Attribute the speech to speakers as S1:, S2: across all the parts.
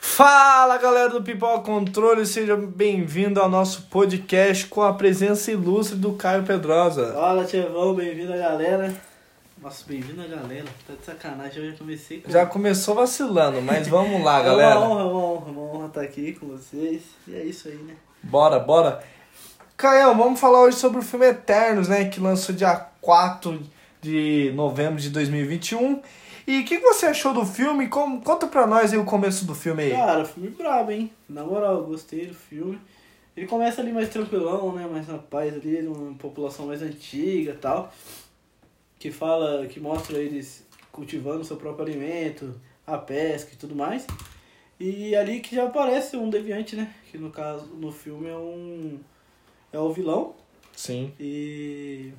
S1: Fala galera do Pipoca Controle, seja bem-vindo ao nosso podcast com a presença ilustre do Caio Pedrosa.
S2: Fala, Chevão, bem-vindo a galera. Nossa, bem-vindo a galera. Tá de sacanagem, eu já comecei com...
S1: Já começou vacilando, mas vamos lá,
S2: É uma
S1: galera.
S2: honra, é uma honra, uma honra estar aqui com vocês. E é isso aí, né?
S1: Bora, bora. Caio, vamos falar hoje sobre o filme Eternos, né, que lançou dia 4 de novembro de 2021. E o que, que você achou do filme? Como, conta pra nós aí o começo do filme aí.
S2: Cara, filme brabo, hein? Na moral, eu gostei do filme. Ele começa ali mais tranquilão, né? Mais na paz ali, uma população mais antiga e tal. Que fala, que mostra eles cultivando seu próprio alimento, a pesca e tudo mais. E ali que já aparece um deviante, né? Que no caso, no filme é um... É o vilão,
S1: Sim.
S2: E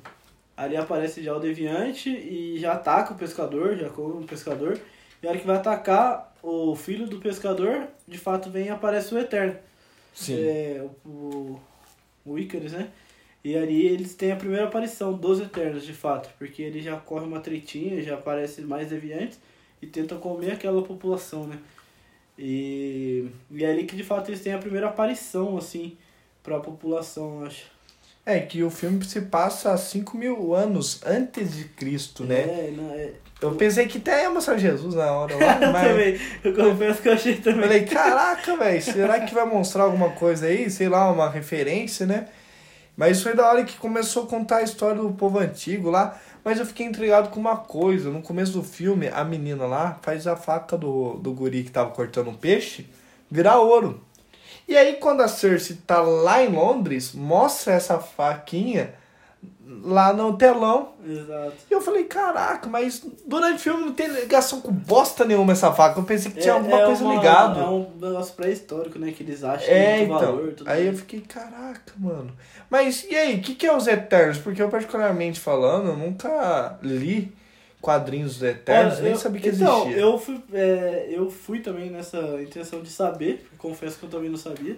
S2: ali aparece já o deviante e já ataca o pescador, já come o pescador. E a hora que vai atacar o filho do pescador, de fato vem e aparece o Eterno.
S1: Sim.
S2: É, o, o Icarus, né? E ali eles têm a primeira aparição dos Eternos, de fato. Porque ele já corre uma tretinha, já aparece mais deviantes e tenta comer aquela população, né? E, e é ali que de fato eles têm a primeira aparição, assim, pra população, eu acho.
S1: É que o filme se passa 5 mil anos antes de Cristo, né?
S2: É, não, é,
S1: Eu pensei que até ia mostrar Jesus na hora lá,
S2: Eu
S1: mas
S2: também, eu confesso que eu achei
S1: eu
S2: também.
S1: falei, caraca, velho, será que vai mostrar alguma coisa aí? Sei lá, uma referência, né? Mas isso foi da hora que começou a contar a história do povo antigo lá. Mas eu fiquei intrigado com uma coisa. No começo do filme, a menina lá faz a faca do, do guri que tava cortando o peixe virar ouro. E aí, quando a Cersei tá lá em Londres, mostra essa faquinha lá no telão
S2: Exato.
S1: e eu falei, caraca, mas durante o filme não tem ligação com bosta nenhuma essa faca. Eu pensei que tinha
S2: É-
S1: alguma
S2: é
S1: coisa
S2: uma-
S1: ligada.
S2: É um negócio pré-histórico, né? Que eles acham
S1: É,
S2: muito
S1: então.
S2: valor. Tudo
S1: aí eu
S2: mais.
S1: fiquei, caraca, mano. Mas e aí, o que, que é os Eternos? Porque eu, particularmente falando, eu nunca li quadrinhos dos Eternos,
S2: É,
S1: nem
S2: eu-
S1: sabia que
S2: então,
S1: existia.
S2: Eu fui, é, eu fui também nessa intenção de saber, porque confesso que eu também não sabia.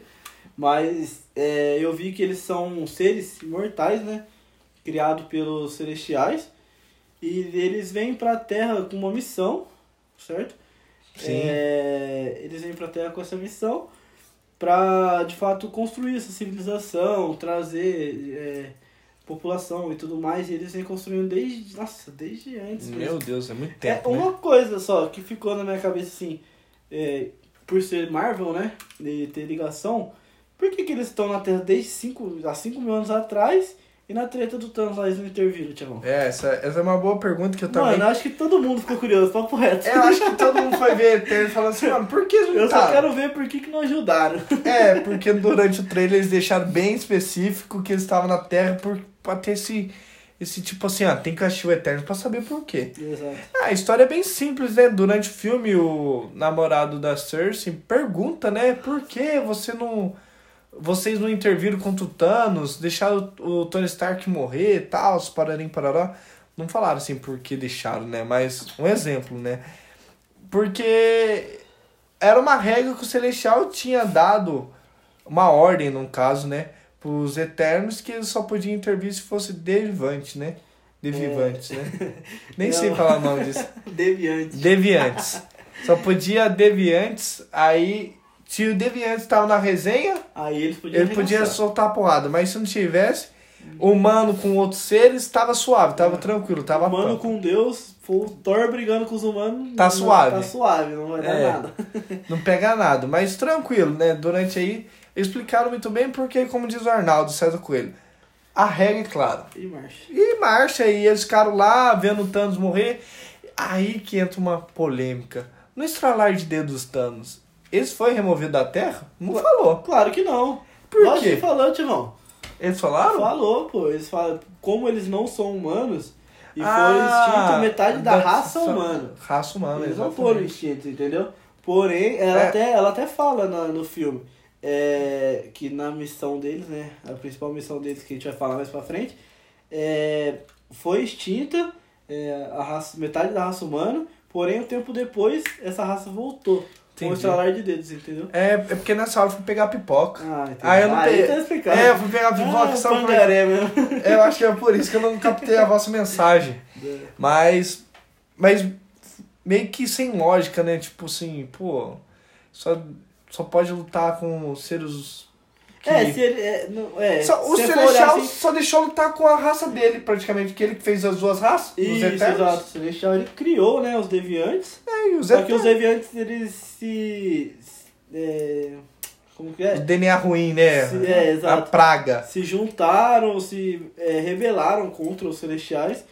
S2: Mas é, eu vi que eles são seres imortais, né? Criados pelos celestiais. E eles vêm pra Terra com uma missão, certo?
S1: Sim.
S2: É, eles vêm pra Terra com essa missão pra, de fato, construir essa civilização, trazer é, população e tudo mais. E eles vêm construindo desde, nossa, desde antes.
S1: Meu Deus, é muito
S2: É
S1: tempo. né?
S2: uma coisa só que ficou na minha cabeça assim, é, por ser Marvel, né? De ter ligação, por que, que eles estão na Terra desde 5 há 5 mil anos atrás e na treta do Thanos lá eles não interviram, Tiagão?
S1: É, essa, essa é uma boa pergunta que eu também.
S2: Mano, eu acho que todo mundo ficou curioso, papo reto.
S1: É, Eu acho que todo mundo foi ver Eternos e falou assim, mano, por que eles não
S2: Eu só
S1: tavam?
S2: quero ver por que, que não ajudaram.
S1: É, porque durante o trailer eles deixaram bem específico que eles estavam na Terra por, pra ter esse, esse tipo assim, ó, tem que assistir o Eterno pra saber por quê.
S2: Exato.
S1: Ah, a história é bem simples, né? Durante o filme, o namorado da Cersei pergunta, né, por que você não... Vocês não interviram contra o Thanos, deixaram o, o Tony Stark morrer e tal, os pararim parará. Não falaram assim por que deixaram, né? Mas um exemplo, né? Porque era uma regra que o Celestial tinha dado, uma ordem, no caso, né? Pros Eternos, que eles só podiam intervir se fosse derivante, né? Derivantes, né? Nem sei
S2: Não.
S1: falar o nome disso.
S2: Deviante.
S1: Deviantes. Só podia deviantes, aí. Se o deviante tava na resenha,
S2: Aí eles podiam.
S1: ele podia
S2: arregaçar.
S1: soltar a porrada. Mas se não tivesse, o mano com outros seres tava suave, tava tranquilo, tava.
S2: Humano
S1: pronto.
S2: com Deus, foi o Thor brigando com os humanos.
S1: Tá
S2: não-
S1: suave.
S2: Tá suave, não vai dar
S1: É.
S2: nada.
S1: Não pega nada, mas tranquilo, né? Durante aí, explicaram muito bem porque, como diz o Arnaldo César Coelho, a regra é clara.
S2: E marcha.
S1: E marcha, e eles ficaram lá vendo o Thanos morrer. Aí que entra uma polêmica. No estralar de dedos dos Thanos, esse foi removido da Terra? Não falou.
S2: Claro que não.
S1: Por
S2: Lógico
S1: quê?
S2: que falou, Timão.
S1: Eles falaram?
S2: Falou, pô. Eles falam, como eles não são humanos e
S1: Ah,
S2: foram extintos, metade da, raça é
S1: só-
S2: humana.
S1: Raça humana,
S2: eles não
S1: Ah, exatamente.
S2: foram extintos, entendeu? Porém, ela,
S1: É.
S2: até, ela até fala na- no filme é, que na missão deles, né? A principal missão deles, que a gente vai falar mais pra frente, é, foi extinta é, a raça, metade da raça humana, porém, um tempo depois, essa raça voltou. Com o
S1: Entendi.
S2: estralar de dedos, entendeu?
S1: É, é porque nessa hora eu fui pegar pipoca.
S2: Ah, entendi.
S1: Ah, eu não
S2: Aí
S1: peguei.
S2: tá explicado.
S1: É, eu fui pegar pipoca
S2: ah,
S1: só por...
S2: pangaré mesmo.
S1: É, Eu acho que é por isso que eu não captei a vossa mensagem. Mas. Mas meio que sem lógica, né? Tipo assim, pô. Só só pode lutar com seres. que-
S2: É, se ele. É, não, é,
S1: Só- o
S2: se for
S1: Celestial
S2: olhar assim-
S1: só deixou lutar com a raça dele, praticamente, que ele que fez as duas raças, os
S2: Isso,
S1: Eternos.
S2: exato. O Celestial ele criou, né, os deviantes.
S1: É, e os
S2: Só que os
S1: Eternos.
S2: deviantes, eles se. se- é, como que
S1: O
S2: é?
S1: DNA ruim, né?
S2: Se- é,
S1: a
S2: exato.
S1: praga.
S2: Se juntaram, se é, rebelaram contra os celestiais.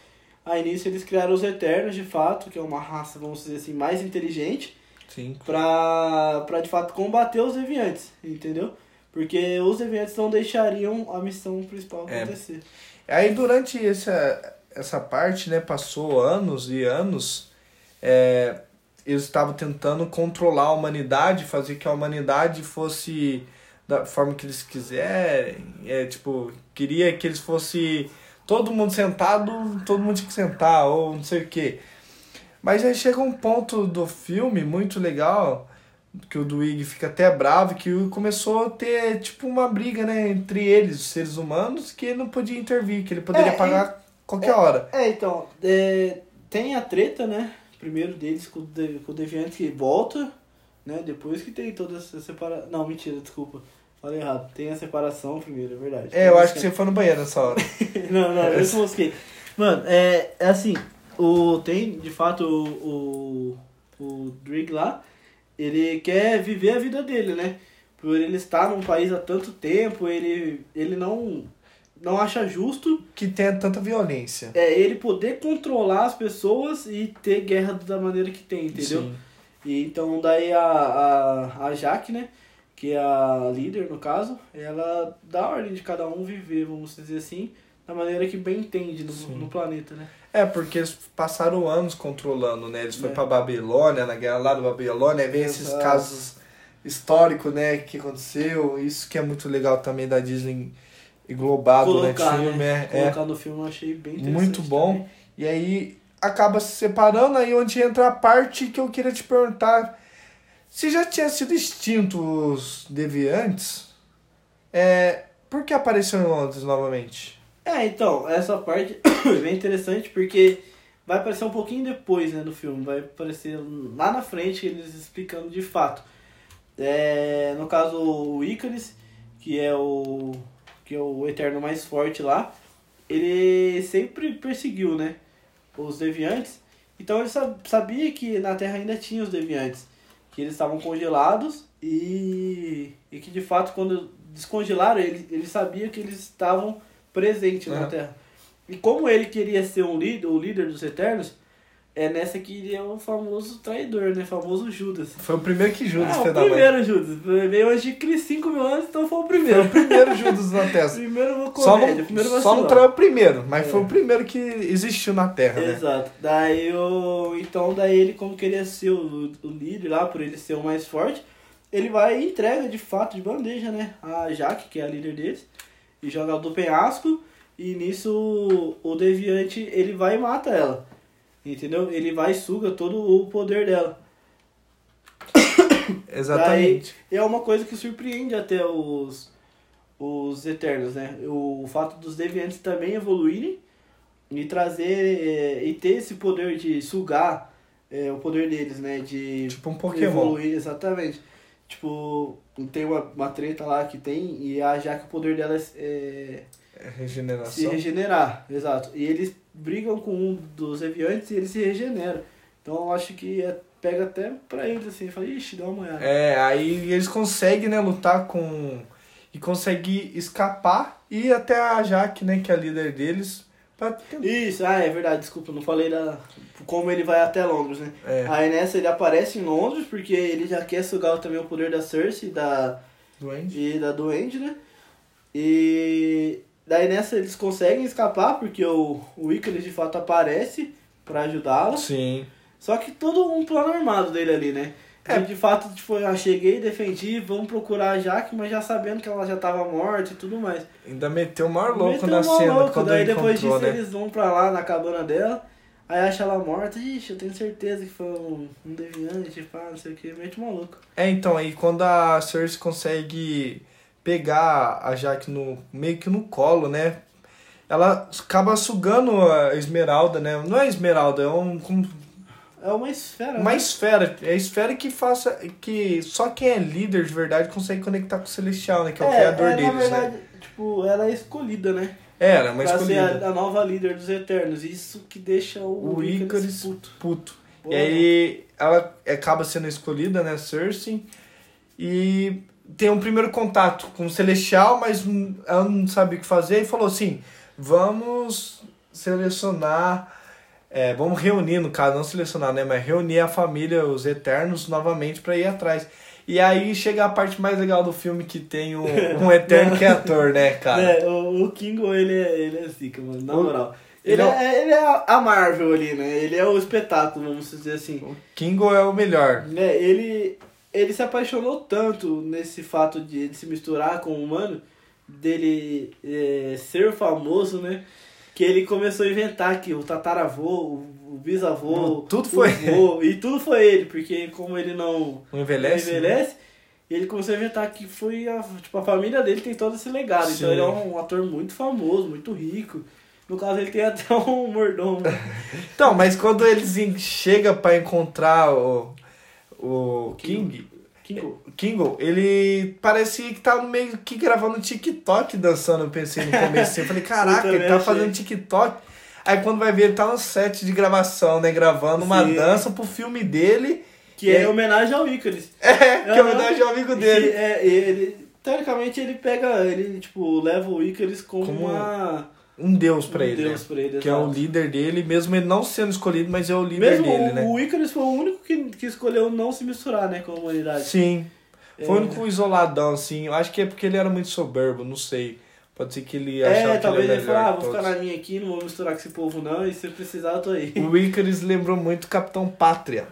S2: Aí nisso eles criaram os Eternos, de fato, que é uma raça, vamos dizer assim, mais inteligente,
S1: Sim.
S2: pra, pra de fato combater os deviantes, entendeu? Porque os deviantes não deixariam a missão principal
S1: É.
S2: acontecer.
S1: Aí durante essa, essa parte, né, passou anos e anos, é, eles estavam tentando controlar a humanidade, fazer que a humanidade fosse da forma que eles quiserem, é, tipo, queria que eles fossem todo mundo sentado, todo mundo tinha que sentar, ou não sei o quê. Mas aí chega um ponto do filme muito legal, que o Duig fica até bravo, que o- começou a ter tipo uma briga, né, entre eles, os seres humanos, que ele não podia intervir, que ele poderia
S2: É,
S1: pagar qualquer hora.
S2: É, então, é, tem a treta, né? Primeiro deles com o, de, com o Deviante que volta, né? Depois que tem toda essa separação. Não, mentira, desculpa. Falei errado. Tem a separação primeiro, é verdade.
S1: É, eu acho que você foi no banheiro nessa hora.
S2: não, não, eu que mosquei. Mano, é, é assim, o, tem de fato o, o, o Drake lá, ele quer viver a vida dele, né? Por ele estar num país há tanto tempo, ele, ele não, não acha justo
S1: Que tenha tanta violência.
S2: é ele poder controlar as pessoas e ter guerra da maneira que tem, entendeu?
S1: Sim.
S2: E então daí a, a, a Jaque, né? Que é a líder, no caso, ela dá a ordem de cada um viver, vamos dizer assim, da maneira que bem entende no,
S1: Sim.
S2: no planeta, né?
S1: É, porque eles passaram anos controlando, né? Eles foram
S2: É.
S1: pra Babilônia, na guerra lá da Babilônia, aí vem esses
S2: Exato.
S1: casos históricos, né, que aconteceu. Isso que é muito legal também da Disney englobado,
S2: Colocar,
S1: né? Filme,
S2: né?
S1: é, é.
S2: Colocar no filme eu achei bem interessante.
S1: Muito bom.
S2: também.
S1: E aí acaba se separando, aí onde entra a parte que eu queria te perguntar. Se já tinha sido extinto os deviantes, é, por que apareceu em Londres novamente?
S2: É, então, essa parte é bem interessante porque vai aparecer um pouquinho depois, né, do filme. Vai aparecer lá na frente eles explicando de fato. É, no caso, o Icarus, que é o que é o Eterno mais forte lá, ele sempre perseguiu, né, os deviantes. Então ele sa- sabia que na Terra ainda tinha os deviantes, que eles estavam congelados e, e que de fato quando descongelaram ele, ele sabia que eles estavam presentes na
S1: Aham.
S2: Terra. E como ele queria ser um líder, o líder dos Eternos, é nessa que ele é o famoso traidor, né? Famoso Judas.
S1: Foi o primeiro que Judas
S2: ah,
S1: foi
S2: o
S1: da mãe.
S2: primeiro Judas. Veio antes de Cristo 5 mil anos, então foi o
S1: Foi
S2: primeiro.
S1: o primeiro Judas na Terra.
S2: Primeiro uma
S1: Só
S2: comédia, primeiro
S1: não,
S2: uma
S1: só não
S2: cilada.
S1: traiu o primeiro, mas
S2: É.
S1: foi o primeiro que existiu na Terra, né?
S2: Exato. Daí o. Então daí ele, como queria ser o, o líder lá, por ele ser o mais forte, ele vai e entrega de fato de bandeja, né? A Jaque, que é a líder deles, e joga ela do penhasco. E nisso o, o deviante ele vai e mata ela. Entendeu? Ele vai e suga todo o poder dela.
S1: Exatamente.
S2: E é uma coisa que surpreende até os, os Eternos, né? O fato dos Deviantes também evoluírem e trazer é, e ter esse poder de sugar é, o poder deles, né? De
S1: Tipo um Pokémon.
S2: evoluir, exatamente. Tipo, tem uma, uma treta lá que tem e a Jaque, o poder dela é se
S1: Regeneração.
S2: regenerar, exato. E eles brigam com um dos Deviantes e ele se regenera. Então eu acho que é- pega até pra eles assim, fala, ixi, dá uma olhada.
S1: É, aí eles conseguem, né, lutar com. E conseguir escapar e ir até a Jaque, né, que é a líder deles. Pra...
S2: Isso, ah, é verdade, desculpa, não falei da como ele vai até Londres, né?
S1: É,
S2: Aí nessa ele aparece em Londres porque ele já quer sugar também o poder da Cersei e da,
S1: doente.
S2: e da Duende, né? E daí nessa eles conseguem escapar porque o, o Icarus de fato aparece pra ajudá-los.
S1: Sim.
S2: Só que todo um plano armado dele ali, né?
S1: É.
S2: E de fato, tipo, eu cheguei, defendi, vamos procurar a Jaque, mas já sabendo que ela já tava morta e tudo mais.
S1: Ainda meteu o maior Tá louco
S2: Meteu
S1: na
S2: o mó
S1: cena
S2: louco,
S1: quando
S2: daí
S1: ele
S2: depois
S1: encontrou,
S2: disso
S1: né?
S2: eles vão pra lá na cabana dela, aí acha ela morta, ixi, eu tenho certeza que foi um, um deviante, pá, não sei o que, mete maluco.
S1: É, então, aí quando a Cersei consegue pegar a Jaque no, meio que no colo, né? Ela acaba sugando a esmeralda, né? Não é esmeralda, é um. como-
S2: É uma esfera.
S1: Uma
S2: né?
S1: esfera. É a esfera que faça. Que só quem é líder de verdade consegue conectar com o Celestial, né? Que é o criador
S2: é,
S1: deles,
S2: na
S1: né?
S2: verdade, tipo, ela é escolhida, né?
S1: É, Era uma
S2: pra
S1: escolhida.
S2: ser a, a nova líder dos Eternos. Isso que deixa o,
S1: O Ícaris
S2: Icarus
S1: puto.
S2: puto.
S1: E aí ela acaba sendo escolhida, né? Cersei. E tem um primeiro contato com o Celestial, mas hum, ela não sabe o que fazer e falou assim: vamos selecionar. é, vamos reunir, no caso, não selecionar, né? Mas reunir a família, os Eternos, novamente pra ir atrás. E aí chega a parte mais legal do filme que tem um, um Eterno que é ator, né, cara?
S2: É, o, o Kingo, ele é, ele é zica, mano, na
S1: O-
S2: moral.
S1: ele
S2: Ele,
S1: é-
S2: é, ele é a- a Marvel ali, né? Ele é o espetáculo, vamos dizer assim.
S1: O Kingo é o melhor.
S2: Né? Ele, ele se apaixonou tanto nesse fato de ele se misturar com o humano, dele é, ser famoso, né? Que ele começou a inventar que o tataravô, o, o bisavô,
S1: Tudo
S2: o
S1: foi
S2: vô, e tudo foi ele, porque como ele não
S1: Não envelhece? né?
S2: envelhece, ele começou a inventar que foi a, tipo, a família dele tem todo esse legado.
S1: Sim.
S2: Então ele é um ator muito famoso, muito rico. No caso, ele tem até um mordomo.
S1: Então, mas quando eles en- chega para encontrar o, o King,
S2: King. Kingo.
S1: Kingo, ele parecia que tá meio que gravando TikTok dançando, eu pensei no começo. assim. Eu falei, caraca,
S2: também
S1: ele tá
S2: achei.
S1: fazendo TikTok. Aí quando vai ver, ele tá no set de gravação, né? Gravando uma
S2: Sim.
S1: dança pro filme dele.
S2: Que
S1: E
S2: é
S1: aí-
S2: em homenagem ao Icarus.
S1: É, que é
S2: Aham.
S1: homenagem ao amigo
S2: Que
S1: dele.
S2: é, ele, teoricamente, ele pega, ele, tipo, leva o Icarus como,
S1: Como
S2: uma...
S1: Um deus pra
S2: um
S1: ele,
S2: deus
S1: né?
S2: pra ele.
S1: Que é o
S2: exato.
S1: líder dele, mesmo ele não sendo escolhido, mas é o líder
S2: Mesmo
S1: dele,
S2: o,
S1: né?
S2: o Icarus foi o único que, que escolheu não se misturar, né, com a humanidade.
S1: Sim. Foi o
S2: É.
S1: único isoladão, assim. Eu acho que é porque ele era muito soberbo, não sei. Pode ser que ele achava
S2: É,
S1: que ele
S2: talvez
S1: era
S2: ele
S1: melhor
S2: falou, ah,
S1: que
S2: vou ficar
S1: todos.
S2: na minha aqui, não vou misturar com esse povo não, e se eu precisar eu tô aí.
S1: O Icarus lembrou muito Capitão Pátria,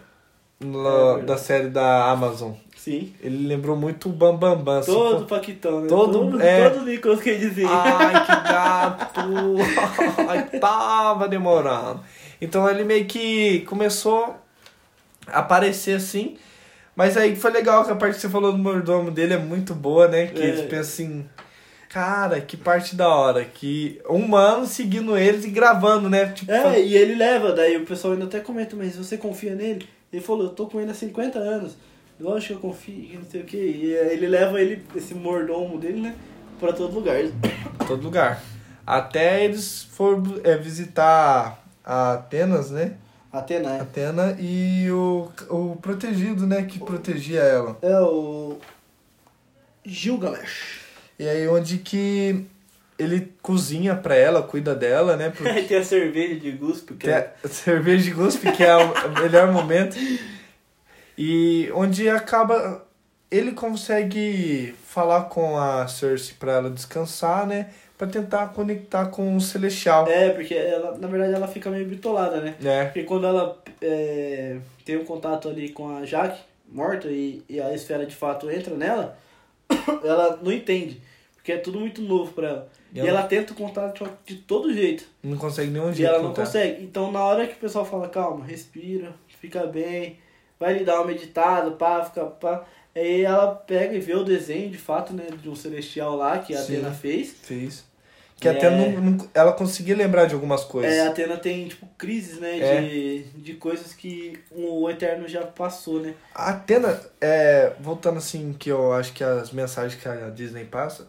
S1: lá-
S2: É verdade.
S1: da série da Amazon.
S2: Sim.
S1: Ele lembrou muito o Bam Bam Bam. assim,
S2: Todo
S1: com-
S2: Paquitão, né?
S1: Todo-
S2: todo,
S1: é. Ah,
S2: todo Nicolas Cage dizia.
S1: Ai, que gato! Ai, tava demorando. Então ele meio que começou a aparecer assim. Mas aí foi legal que a parte que você falou do mordomo dele é muito boa, né? Que
S2: É.
S1: tipo assim. Cara, que parte da hora. Que um humano seguindo eles e gravando, né? Tipo,
S2: É,
S1: falando,
S2: e ele leva, daí o pessoal ainda até comenta, mas você confia nele? Ele falou, eu tô com ele há 50 anos. Lógico que eu confio, que não sei o que. E é, ele leva ele, esse mordomo dele, né? Pra todo lugar.
S1: em todo lugar. Até eles foram é, visitar a Atenas, né?
S2: Atena. é.
S1: Atena e o, o protegido, né? Que protegia ela.
S2: É o. Gilgamesh.
S1: E aí onde que ele cozinha pra ela, cuida dela, né? Porque
S2: Tem a cerveja de guspe, que é-
S1: tem a cerveja de guspe, que é o o melhor momento. E onde acaba... Ele consegue falar com a Cersei pra ela descansar, né? Pra tentar conectar com o Celestial,
S2: É, porque ela, na verdade ela fica meio bitolada, né?
S1: né?
S2: Porque quando ela é, tem um contato ali com a Jaque, morta, e, e a esfera de fato entra nela, ela não entende. Porque é tudo muito novo pra ela.
S1: E
S2: E,
S1: ela-
S2: ela... tenta o contato só que de todo jeito.
S1: Não consegue nenhum
S2: e
S1: jeito.
S2: ela não
S1: contar.
S2: consegue. Então na hora que o pessoal fala, calma, respira, fica bem, vai lhe dar uma meditada, pá, fica pá. Aí ela pega e vê o desenho de fato, né, de um celestial lá que a
S1: Sim.
S2: Atena fez.
S1: Fez. Que
S2: É.
S1: até não, não- ela conseguia lembrar de algumas coisas.
S2: É, a Atena tem, tipo, crises, né,
S1: É.
S2: de, de coisas que o Eterno já passou, né?
S1: A Atena, é, voltando assim, que eu acho que as mensagens que a Disney passa,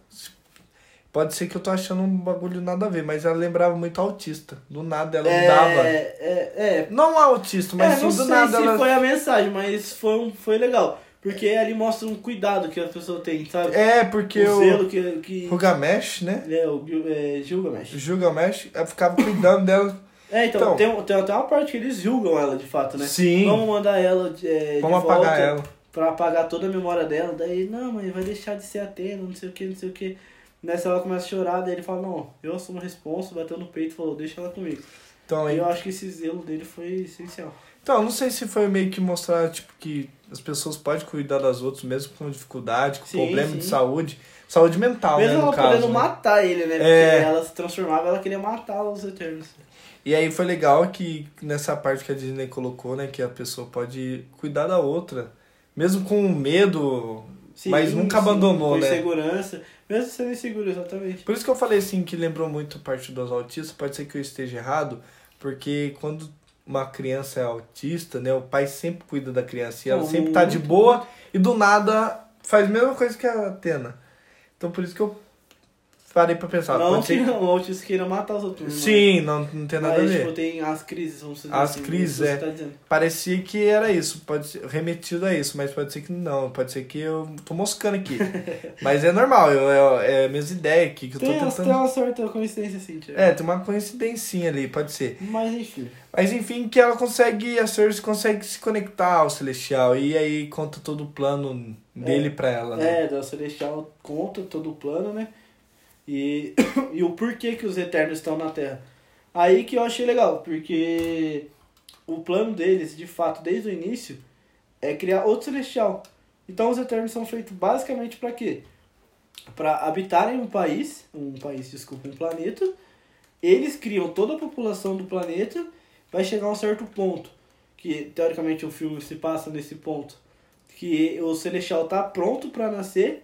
S1: pode ser que eu tô achando um bagulho nada a ver, mas ela lembrava muito autista. Do nada ela
S2: é,
S1: andava.
S2: É, é,
S1: Não autista, mas
S2: é, não
S1: sim, do
S2: sei
S1: nada
S2: se
S1: ela.
S2: foi a mensagem, mas foi, um- foi legal. Porque ali mostra um cuidado que a pessoa tem, sabe?
S1: É, porque
S2: o
S1: o,
S2: zelo que... que...
S1: o Gamesh, né?
S2: É, o Gil- é, Gilgamesh.
S1: O Gilgamesh ela ficava cuidando dela.
S2: É, então,
S1: Então.
S2: tem, tem até uma parte que eles julgam ela, de fato, né?
S1: Sim.
S2: Vamos mandar ela de, é, de
S1: Vamos apagar
S2: volta
S1: ela.
S2: pra apagar toda a memória dela. Daí, não, mãe, vai deixar de ser Atena, não sei o que, não sei o que. Nessa ela começa a chorar, daí ele fala, não, eu assumo a responsa, bateu no peito e falou, deixa ela comigo.
S1: Então,
S2: E
S1: aí,
S2: eu acho que esse zelo dele foi essencial.
S1: então, não sei se foi meio que mostrar, tipo, que as pessoas podem cuidar das outras mesmo com dificuldade, com
S2: Sim,
S1: problema
S2: sim.
S1: de saúde. Saúde mental,
S2: Mesmo
S1: né? No
S2: ela
S1: caso,
S2: podendo
S1: né?
S2: matar ele, né? Porque
S1: É.
S2: ela se transformava, ela queria matar os Eternos.
S1: E aí foi legal que nessa parte que a Disney colocou, né, que a pessoa pode cuidar da outra, mesmo com medo. Mas nunca abandonou,
S2: com
S1: né?
S2: insegurança. Mesmo sendo inseguro, exatamente.
S1: Por isso que eu falei assim que lembrou muito a parte dos autistas, pode ser que eu esteja errado, porque quando uma criança é autista, né? O pai sempre cuida da criança e ela
S2: Não,
S1: sempre tá de
S2: muito.
S1: boa e do nada faz a mesma coisa que a Atena. Então por isso que eu parei pra pensar.
S2: não
S1: pode
S2: que
S1: ser...
S2: não, o autista queira matar os outros. né? mas-
S1: Sim, não, não tem nada a
S2: mas,
S1: ver.
S2: tipo, tem as crises, vamos dizer
S1: As
S2: assim,
S1: crises,
S2: isso que
S1: é.
S2: Você tá dizendo.
S1: Parecia que era isso, pode ser, remetido a isso, mas pode ser que não, pode ser que eu tô moscando aqui. mas é normal, eu, eu- é a mesma ideia aqui que eu tô
S2: Tem, as- tem
S1: tentando.
S2: uma sorte, uma coincidência assim, Thiago.
S1: É, tem uma coincidencinha ali, pode ser.
S2: Mas enfim.
S1: Mas enfim, que ela consegue, a Cersei consegue se conectar ao Celestial e aí conta todo o plano dele pra ela, né?
S2: É, da Celestial conta todo o plano, né? E, e o porquê que os Eternos estão na Terra. Aí que eu achei legal, porque o plano deles, de fato, desde o início, é criar outro Celestial. Então os Eternos são feitos basicamente pra quê? Pra habitarem um país, um país, desculpa, um planeta. Eles criam toda a população do planeta, vai chegar a um certo ponto, que teoricamente o filme se passa nesse ponto que o Celestial tá pronto pra nascer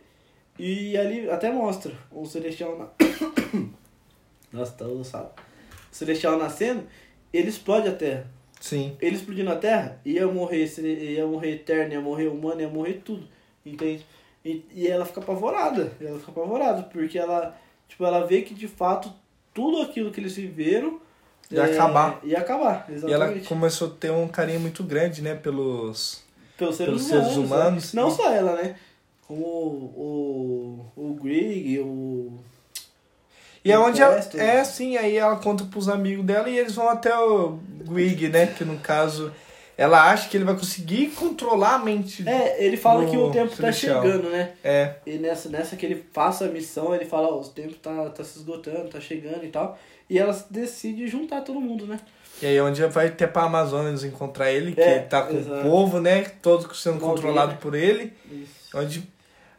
S2: e ali até mostra o Celestial na... Nossa, tá usado. O Celestial nascendo, ele explode a Terra.
S1: Sim.
S2: Ele explodindo a Terra, ia morrer, cele- ia morrer Eterno, ia morrer humano, ia morrer tudo. Entende? E, e ela fica apavorada. Ela fica apavorada, porque ela, tipo, ela vê que de fato tudo aquilo que eles viveram é,
S1: Ia acabar.
S2: Ia acabar,
S1: E ela
S2: exatamente.
S1: começou a ter um carinho muito grande, né, pelos...
S2: Pelos seres
S1: Pelos
S2: humanos.
S1: seres
S2: né?
S1: humanos.
S2: Não só ela, né? Como o, o, o Grig, o.
S1: E é onde ela...
S2: Incesto.
S1: É, sim, aí ela conta pros amigos dela e eles vão até o Gwig, né, que no caso... Ela acha que ele vai conseguir controlar a mente.
S2: É, ele fala
S1: Do
S2: que o tempo tá
S1: Celestial.
S2: chegando, né?
S1: É.
S2: E nessa, nessa que ele passa a missão, ele fala, ó, o tempo tá, tá se esgotando, tá chegando e tal. E ela decide juntar todo mundo, né?
S1: E aí é onde ela vai até pra Amazonas encontrar ele, que
S2: É,
S1: tá com
S2: exato.
S1: o povo, né, todo sendo
S2: Mal dele,
S1: controlado
S2: né?
S1: por ele.
S2: Isso.
S1: onde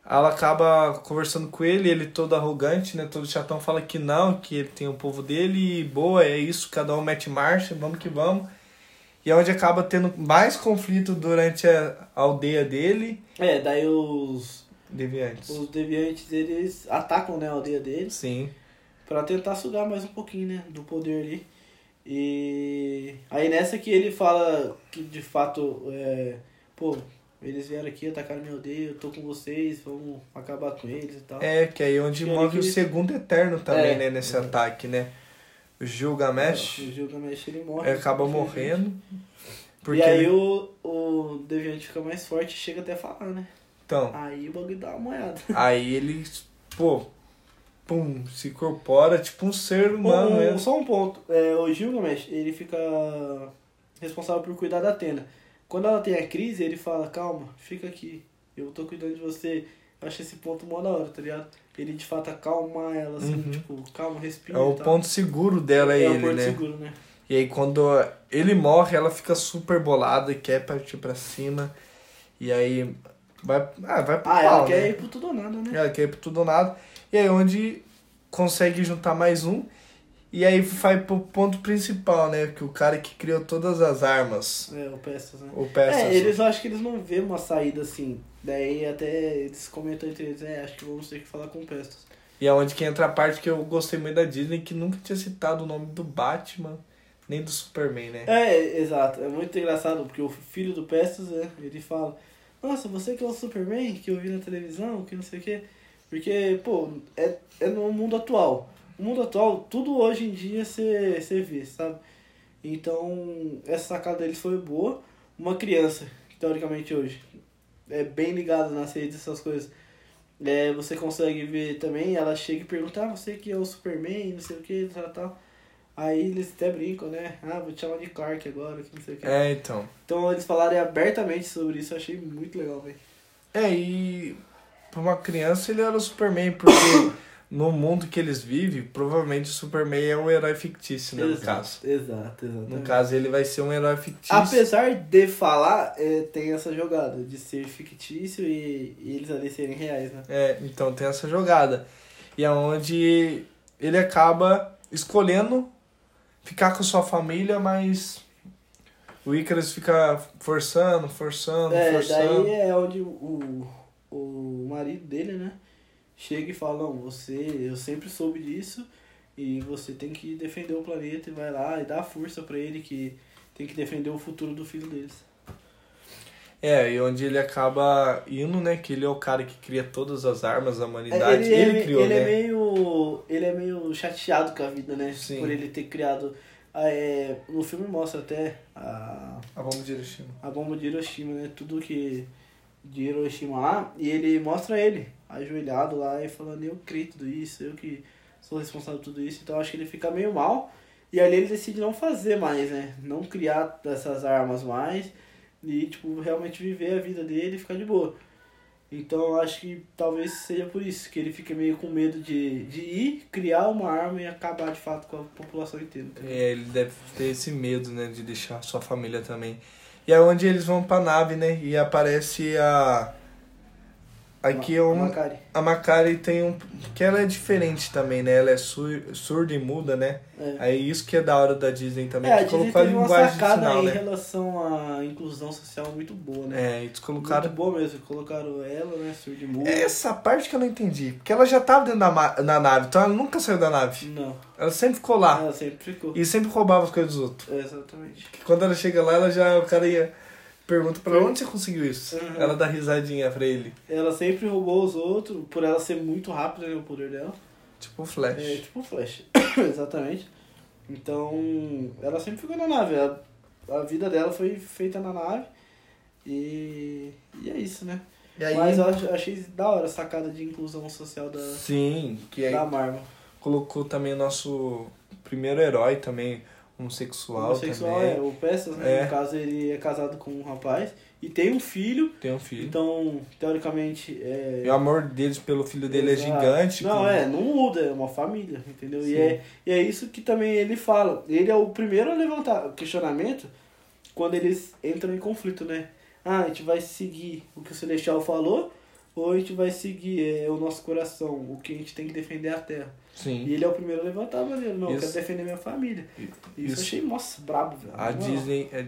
S1: ela acaba conversando com ele, ele todo arrogante, né? Todo chatão fala que não, que ele tem o povo dele e boa, é isso, cada um mete marcha, vamos que vamos. E é onde acaba tendo mais conflito durante a aldeia dele,
S2: É, daí os,
S1: deviantes.
S2: os deviantes, eles atacam né, a aldeia deles
S1: Sim.
S2: pra tentar sugar mais um pouquinho, né? Do poder ali. E aí nessa que ele fala que de fato é. Pô, eles vieram aqui, atacaram meu aldeia, eu tô com vocês, vamos acabar com eles e tal.
S1: É, que aí é onde
S2: E aí
S1: move
S2: que
S1: o
S2: ele-
S1: segundo eterno também,
S2: É.
S1: né? Nesse ataque, né? O
S2: O
S1: Gilgamesh
S2: Gilgamesh ele morre.
S1: É, acaba morrendo. Porque
S2: e aí
S1: ele-
S2: o, o Deviante fica mais forte e chega até a falar, né?
S1: Então,
S2: Aí o bagulho dá uma moeda.
S1: aí ele, pô, pum, se incorpora tipo um ser humano
S2: Um-
S1: mesmo.
S2: Só um ponto. É, o Gilgamesh, ele fica responsável por cuidar da Atena. Quando ela tem a crise, ele fala, calma, fica aqui. Eu tô cuidando de você. Eu acho esse ponto mó da hora, tá ligado? Ele de fato acalma ela, assim,
S1: Uhum.
S2: tipo, calma, respira.
S1: É o
S2: e tal.
S1: ponto seguro dela é,
S2: é o
S1: ele,
S2: porto
S1: né?
S2: seguro, né?
S1: E aí quando ele morre, ela fica super bolada e quer partir pra cima. E aí vai, ah, vai pro
S2: Ah,
S1: pau,
S2: ela quer
S1: né?
S2: ir pro tudo ou nada, né?
S1: Ela quer ir pro tudo ou nada. E aí é onde consegue juntar mais um. E aí vai pro ponto principal, né? Que o cara que criou todas as armas.
S2: É, o Pestas, né?
S1: O peça.
S2: É, eles eu acho que eles não vê uma saída assim. Daí até eles comentam entre eles, é, acho que vamos ter que falar com o Pestas.
S1: E é onde que entra a parte que eu gostei muito da Disney, que nunca tinha citado o nome do Batman, nem do Superman, né?
S2: É, exato. É muito engraçado, porque o filho do Pestos, né, ele fala, nossa, você que é o Superman, que eu vi na televisão, que não sei o quê. Porque, pô, é, é no mundo atual. O mundo atual, tudo hoje em dia você você vê, sabe? Então, essa sacada deles foi boa. Uma criança, que teoricamente hoje, é bem ligada nas redes, essas coisas. É, você consegue ver também, ela chega e pergunta, ah, você que é o Superman, não sei o que, tal, tal. Aí eles até brincam, né? Ah, vou te chamar de Clark agora, que não sei o que.
S1: É, então.
S2: Então eles falarem abertamente sobre isso, eu achei muito legal, velho.
S1: É, e pra uma criança ele era o Superman, porque no mundo que eles vivem, provavelmente o Superman é um herói fictício, né? No caso.
S2: Exato, exato.
S1: No caso, ele vai ser um herói fictício.
S2: Apesar de falar, é, tem essa jogada de ser fictício e, e eles ali serem reais, né?
S1: É, então tem essa jogada. E é onde ele acaba escolhendo ficar com sua família, mas o Icarus fica forçando, forçando,
S2: É,
S1: forçando.
S2: daí é onde o, o marido dele, né? Chega e fala, não, você, eu sempre soube disso e você tem que defender o planeta e vai lá e dá força pra ele que tem que defender o futuro do filho deles.
S1: É, e onde ele acaba indo, né? Que ele é o cara que cria todas as armas da humanidade. Ele, ele, ele criou,
S2: É, ele
S1: né?
S2: É meio, ele é meio chateado com a vida, né?
S1: Sim.
S2: Por ele ter criado. ah, é, no filme mostra até a,
S1: A bomba de Hiroshima.
S2: a bomba de Hiroshima, né? Tudo que de Hiroshima lá. E ele mostra ele ajoelhado lá e falando: Eu criei tudo isso, eu que sou responsável por tudo isso. Então acho que ele fica meio mal. E ali ele decide não fazer mais, né? Não criar essas armas mais. E, tipo, realmente viver a vida dele e ficar de boa. Então acho que talvez seja por isso que ele fica meio com medo de, de ir, criar uma arma e acabar de fato com a população inteira. tá ligado?
S1: É, ele deve ter esse medo, né? De deixar sua família também. E é onde eles vão pra nave, né? E aparece a. Aqui é
S2: Uma
S1: um,
S2: cara.
S1: a Macari tem um. Que ela é diferente também, né? Ela é sur, surda e muda, né?
S2: É.
S1: Aí isso que é da hora da Disney também,
S2: É, a
S1: que
S2: Disney
S1: colocou a
S2: teve uma
S1: linguagem de
S2: sacada
S1: sinal,
S2: em
S1: né?
S2: relação à inclusão social muito boa, né?
S1: É, eles colocaram. É.
S2: Muito boa mesmo. Colocaram ela, né? Surdo e mudo.
S1: Essa parte que eu não entendi. Porque ela já tava dentro da ma- na nave, então ela nunca saiu da nave.
S2: Não.
S1: Ela sempre ficou lá.
S2: Ela sempre ficou.
S1: E sempre roubava as coisas dos outros.
S2: É, Exatamente.
S1: Que Quando ela chega lá, ela já. O cara ia. Pergunta pra onde você conseguiu isso?
S2: Uhum.
S1: Ela dá risadinha pra ele.
S2: Ela sempre roubou os outros, por ela ser muito rápida, né? O poder dela.
S1: Tipo um flash.
S2: É tipo um flash. Exatamente. Então, ela sempre ficou na nave. A, a vida dela foi feita na nave. E, e é isso, né?
S1: E aí.
S2: Mas eu ach- achei da hora a sacada de inclusão social da,
S1: Sim, que aí
S2: da Marvel.
S1: colocou também o nosso primeiro herói também, homossexual,
S2: homossexual
S1: também.
S2: é o Peças, né?
S1: É.
S2: No caso, ele é casado com um rapaz e tem um filho.
S1: Tem um filho.
S2: Então, teoricamente, é.
S1: E o amor deles pelo filho dele
S2: Exato.
S1: é gigante.
S2: Não,
S1: com-
S2: é, não muda, é uma família, entendeu? E
S1: Sim.
S2: é, e é isso que também ele fala. Ele é o primeiro a levantar o questionamento quando eles entram em conflito, né? Ah, a gente vai seguir o que o Celestial falou ou a gente vai seguir é, o nosso coração, o que a gente tem que defender a terra. E
S1: Sim.
S2: ele é o primeiro a levantar a bandeira, não, eu
S1: Isso.
S2: quero defender minha família. Isso,
S1: Isso.
S2: eu achei, nossa, brabo, velho. é
S1: A
S2: Na moral.
S1: Disney. é-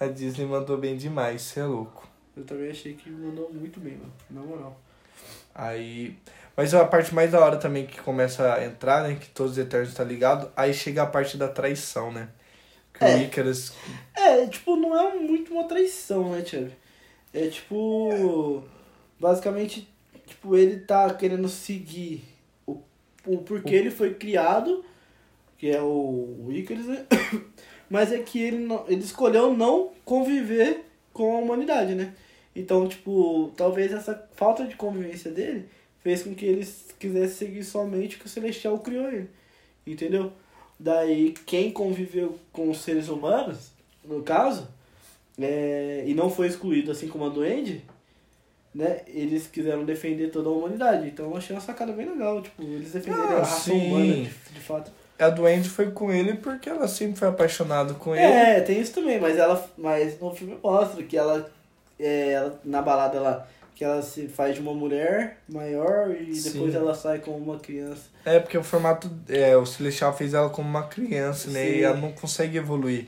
S1: A Disney mandou bem demais, você é louco.
S2: Eu também achei que mandou muito bem, mano. Na moral.
S1: Aí. Mas é a parte mais da hora também que começa a entrar, né? Que todos os Eternos tá ligado. Aí chega a parte da traição, né? Que
S2: É.
S1: o Icarus.
S2: É, tipo, não é muito uma traição, né, Chave? É tipo. Basicamente, tipo, ele tá querendo seguir o, o porquê ele foi criado, que é o, o Icarus, né? Mas é que ele, não, ele escolheu não conviver com a humanidade, né? Então, tipo, talvez essa falta de convivência dele fez com que ele quisesse seguir somente o que o Celestial criou ele. Entendeu? Daí, quem conviveu com os seres humanos, no caso, é, e não foi excluído, assim como a do Andy, né? Eles quiseram defender toda a humanidade. Então, eu achei uma sacada bem legal. Tipo, eles defenderam
S1: Ah,
S2: a raça
S1: sim.
S2: humana, de, de fato.
S1: A Duende foi com ele porque ela sempre foi apaixonada com ele.
S2: É, tem isso também, mas ela. Mas no filme mostra que ela, é, ela- na balada ela que ela se faz de uma mulher maior e depois
S1: Sim.
S2: ela sai com uma criança.
S1: É, porque o formato. É, o Celestial fez ela como uma criança, né?
S2: Sim.
S1: E ela não consegue evoluir.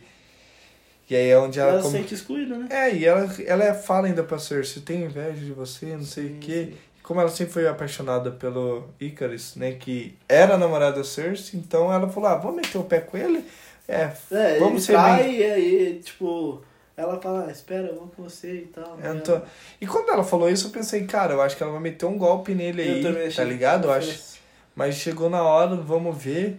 S1: E aí é onde
S2: E ela
S1: ela.
S2: se
S1: come-
S2: sente excluída, né?
S1: É, e ela, ela fala ainda pra Cersei, tem inveja de você, não sei o quê. Como ela sempre foi apaixonada pelo Icarus, né? Que era namorada da Cersei, então ela falou, ah, vou meter o pé com ele? É,
S2: É,
S1: Vamos
S2: Vamos
S1: ser
S2: ele sai e aí, tipo, ela fala, "Ah, espera, eu vou com você e tal. né?"
S1: eu
S2: E
S1: não tô-
S2: ela-
S1: E quando ela falou isso, eu pensei, cara, eu acho que ela vai meter um golpe nele
S2: Eu
S1: aí,
S2: também
S1: tá
S2: achei que
S1: ligado? Eu
S2: ela
S1: acho.
S2: fez-
S1: Mas chegou na hora, vamos ver.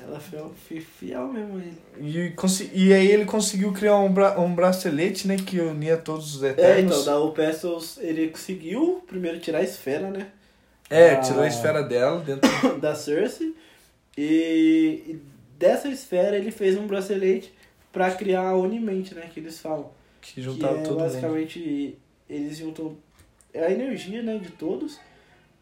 S2: Ela foi ao- fi- fiel mesmo a ele.
S1: E, consi- e aí ele conseguiu criar um, bra... um bracelete, né? Que unia todos os
S2: É,
S1: Eternos.
S2: então, da Opessos, ele conseguiu primeiro tirar a esfera, né?
S1: É,
S2: Ah.
S1: tirou a esfera dela dentro.
S2: da Cersei. E, e dessa esfera ele fez um bracelete pra criar a Unimente, né? Que eles falam.
S1: Que
S2: Que
S1: juntava
S2: é
S1: todo mundo.
S2: basicamente eles juntam a energia né, de todos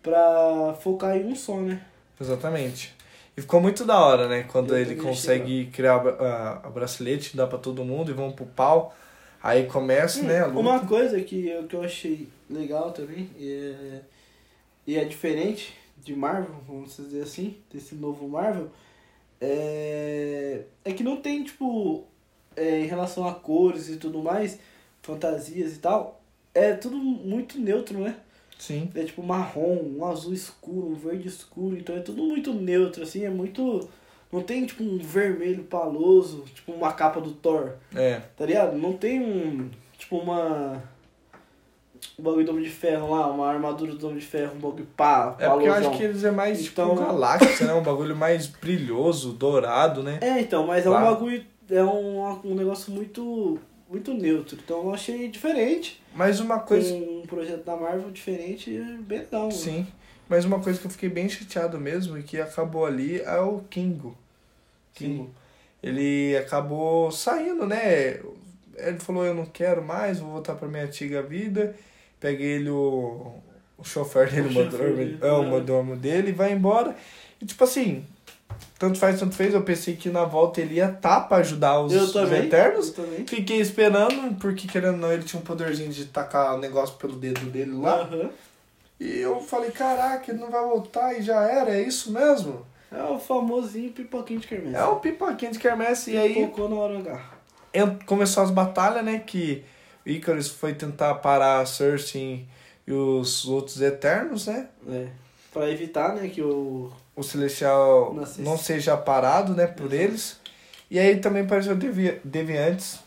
S2: pra focar em um só, né?
S1: Exatamente. E ficou muito da hora, né? Quando
S2: Eu
S1: ele
S2: também achei
S1: consegue criar a, a, a bracelete, dá pra todo mundo e vão pro pau. Aí começa, né? A luta.
S2: Hum, Uma coisa que eu, que eu achei legal também, e é, e é diferente de Marvel, vamos dizer assim, desse novo Marvel, é, é que não tem, tipo, é, em relação a cores e tudo mais, fantasias e tal, é tudo muito neutro, né?
S1: Sim.
S2: É tipo marrom, um azul escuro, um verde escuro, então é tudo muito neutro, assim, é muito Não tem, tipo, um vermelho paloso, tipo, uma capa do Thor.
S1: É.
S2: Tá ligado? Não tem um. Tipo, uma. Um bagulho do Homem de Ferro lá, uma armadura do Homem de Ferro, um bagulho pá,
S1: É porque eu
S2: palosão.
S1: acho que eles é mais
S2: Então-
S1: tipo um galáxia, né? Um bagulho mais brilhoso, dourado, né?
S2: É, então, mas é um
S1: Claro.
S2: bagulho. É um, um negócio muito. Muito neutro. Então eu achei diferente.
S1: Mas uma
S2: Com
S1: coisa.
S2: um projeto da Marvel diferente, é bem legal. mano.
S1: Sim. Mas uma coisa que eu fiquei bem chateado mesmo e que acabou ali é o Kingo.
S2: Sim.
S1: Ele acabou saindo, né? Ele falou: Eu não quero mais, vou voltar pra minha antiga vida. Peguei ele, o, o chofer dele,
S2: O
S1: o motor,
S2: chofer dele,
S1: é, o
S2: né?
S1: motorhome dele, e vai embora. E tipo assim, tanto faz, tanto fez. Eu pensei que na volta ele ia tá pra ajudar os,
S2: Eu
S1: os
S2: também.
S1: Eternos.
S2: Eu também.
S1: Fiquei esperando, porque querendo ou não, ele tinha um poderzinho de tacar o negócio pelo dedo dele lá.
S2: Aham.
S1: E eu falei, caraca, ele não vai voltar e já era, é isso mesmo?
S2: É o famosinho pipoquinho de quermesse.
S1: É o pipoquinha de quermesse. E aí
S2: Pipocou na hora H.
S1: en- começou as batalhas, né, que o Icarus foi tentar parar a Cersei e os outros Eternos, né?
S2: É. Pra evitar, né, que o.
S1: O Celestial
S2: Não sei. Uhum.
S1: não seja parado, né, por eles. E aí também apareceu Devi Deviantes,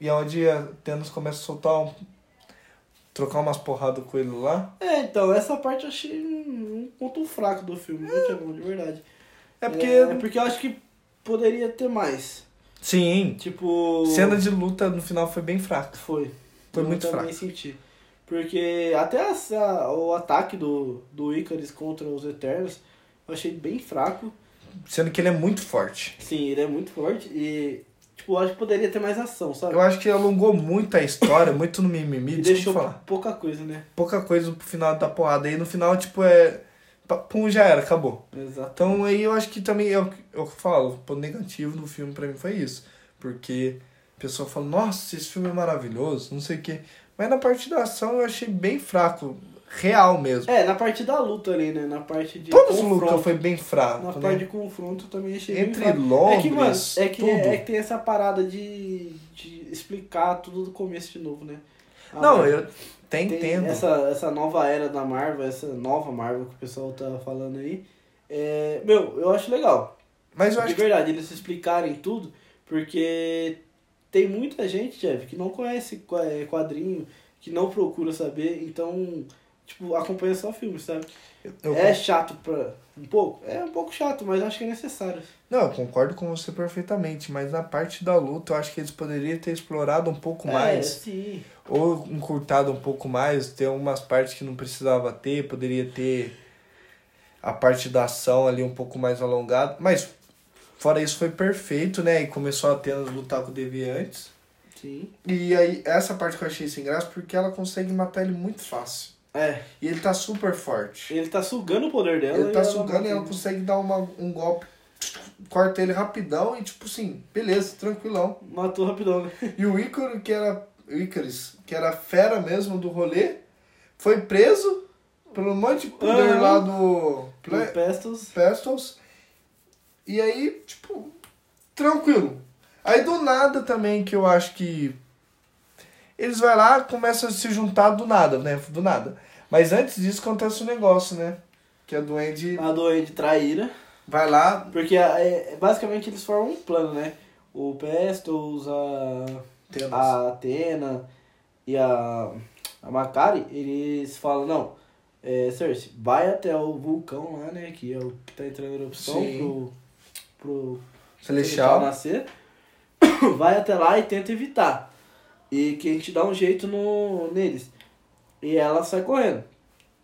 S1: e é onde a Thanos começa a soltar um... Trocar umas porradas com ele lá.
S2: É, então, essa parte eu achei um, um ponto fraco do filme, muito bom, de verdade.
S1: É porque.
S2: é porque eu acho que poderia ter mais.
S1: Sim.
S2: Tipo.
S1: Cena de luta no final foi bem fraca.
S2: Foi.
S1: Foi
S2: eu
S1: muito
S2: também
S1: fraca.
S2: senti. Porque até essa, o ataque do, do Icarus contra os Eternos eu achei bem fraco.
S1: Sendo que ele é muito forte.
S2: Sim, ele é muito forte e. Tipo, eu acho que poderia ter mais ação, sabe?
S1: Eu acho que alongou muito a história, muito no mimimi,
S2: E
S1: deixa
S2: deixou
S1: eu falar.
S2: pouca coisa, né?
S1: Pouca coisa pro final da porrada. Aí no final, tipo, é. pá, Pum, já era, acabou.
S2: Exato.
S1: Então aí eu acho que também. Eu, eu falo, o ponto negativo do filme pra mim foi isso. Porque a pessoa fala, nossa, esse filme é maravilhoso, não sei o quê. Mas na parte da ação eu achei bem fraco. Real mesmo.
S2: É, na parte da luta ali, né? Na parte de.
S1: Todos os
S2: confronto.
S1: Luca foi bem fraco.
S2: Na
S1: né?
S2: parte de confronto eu também achei bem
S1: Entre
S2: fraco.
S1: Londres,
S2: É que, mano, é que,
S1: tudo.
S2: é que tem essa parada de, de explicar tudo do começo de novo, né? A
S1: Não,
S2: Marvel
S1: eu até
S2: tem
S1: entendo.
S2: Essa, essa nova era da Marvel, essa nova Marvel que o pessoal tá falando aí. É, meu, eu acho legal.
S1: Mas eu acho
S2: de
S1: que.
S2: verdade, eles explicarem tudo, porque tem muita gente, Jeff, que não conhece qua- é, quadrinho, que não procura saber, então, tipo, acompanha só filme, sabe?
S1: Eu,
S2: É chato pra. Um pouco? É um pouco chato, mas eu acho que é necessário.
S1: Não, eu concordo com você perfeitamente, mas na parte da luta eu acho que eles poderiam ter explorado um pouco
S2: É,
S1: mais.
S2: sim.
S1: Ou encurtado um pouco mais, ter algumas partes que não precisava ter, poderia ter a parte da ação ali um pouco mais alongada. Mas fora isso foi perfeito, né? E começou a Atenas lutar com o Deviantes.
S2: Sim.
S1: E aí, essa parte que eu achei sem graça, porque ela consegue matar ele muito fácil.
S2: É,
S1: E ele tá super forte.
S2: ele tá sugando o poder dela.
S1: Ele
S2: e
S1: tá
S2: ela
S1: sugando
S2: mata
S1: e ela
S2: ele.
S1: consegue dar uma, um golpe. Corta ele rapidão e, tipo assim, beleza, tranquilão.
S2: Matou rapidão, né?
S1: E o Ícaro, que era. O Ícaris, que era a fera mesmo do rolê, foi preso pelo monte de poder
S2: Aham.
S1: lá do.
S2: Ple...
S1: Ple
S2: Pestos.
S1: Pestles. E aí, tipo, tranquilo. Aí do nada também que eu acho que. Eles vai lá, começam a se juntar do nada, né? Do nada. Mas antes disso acontece um negócio, né? Que a Duende
S2: A doente traíra.
S1: vai lá,
S2: Porque é, é, basicamente eles formam um plano, né? O Pestos, a,
S1: Temos.
S2: a Atena e a, a Macari, eles falam, não, é, Cersei, vai até o vulcão lá, né? Que é o que tá entrando em erupção
S1: Sim.
S2: pro, pro
S1: Celestial.
S2: Celestial nascer, vai até lá e tenta evitar. E que a gente dá um jeito no, neles. E ela sai correndo.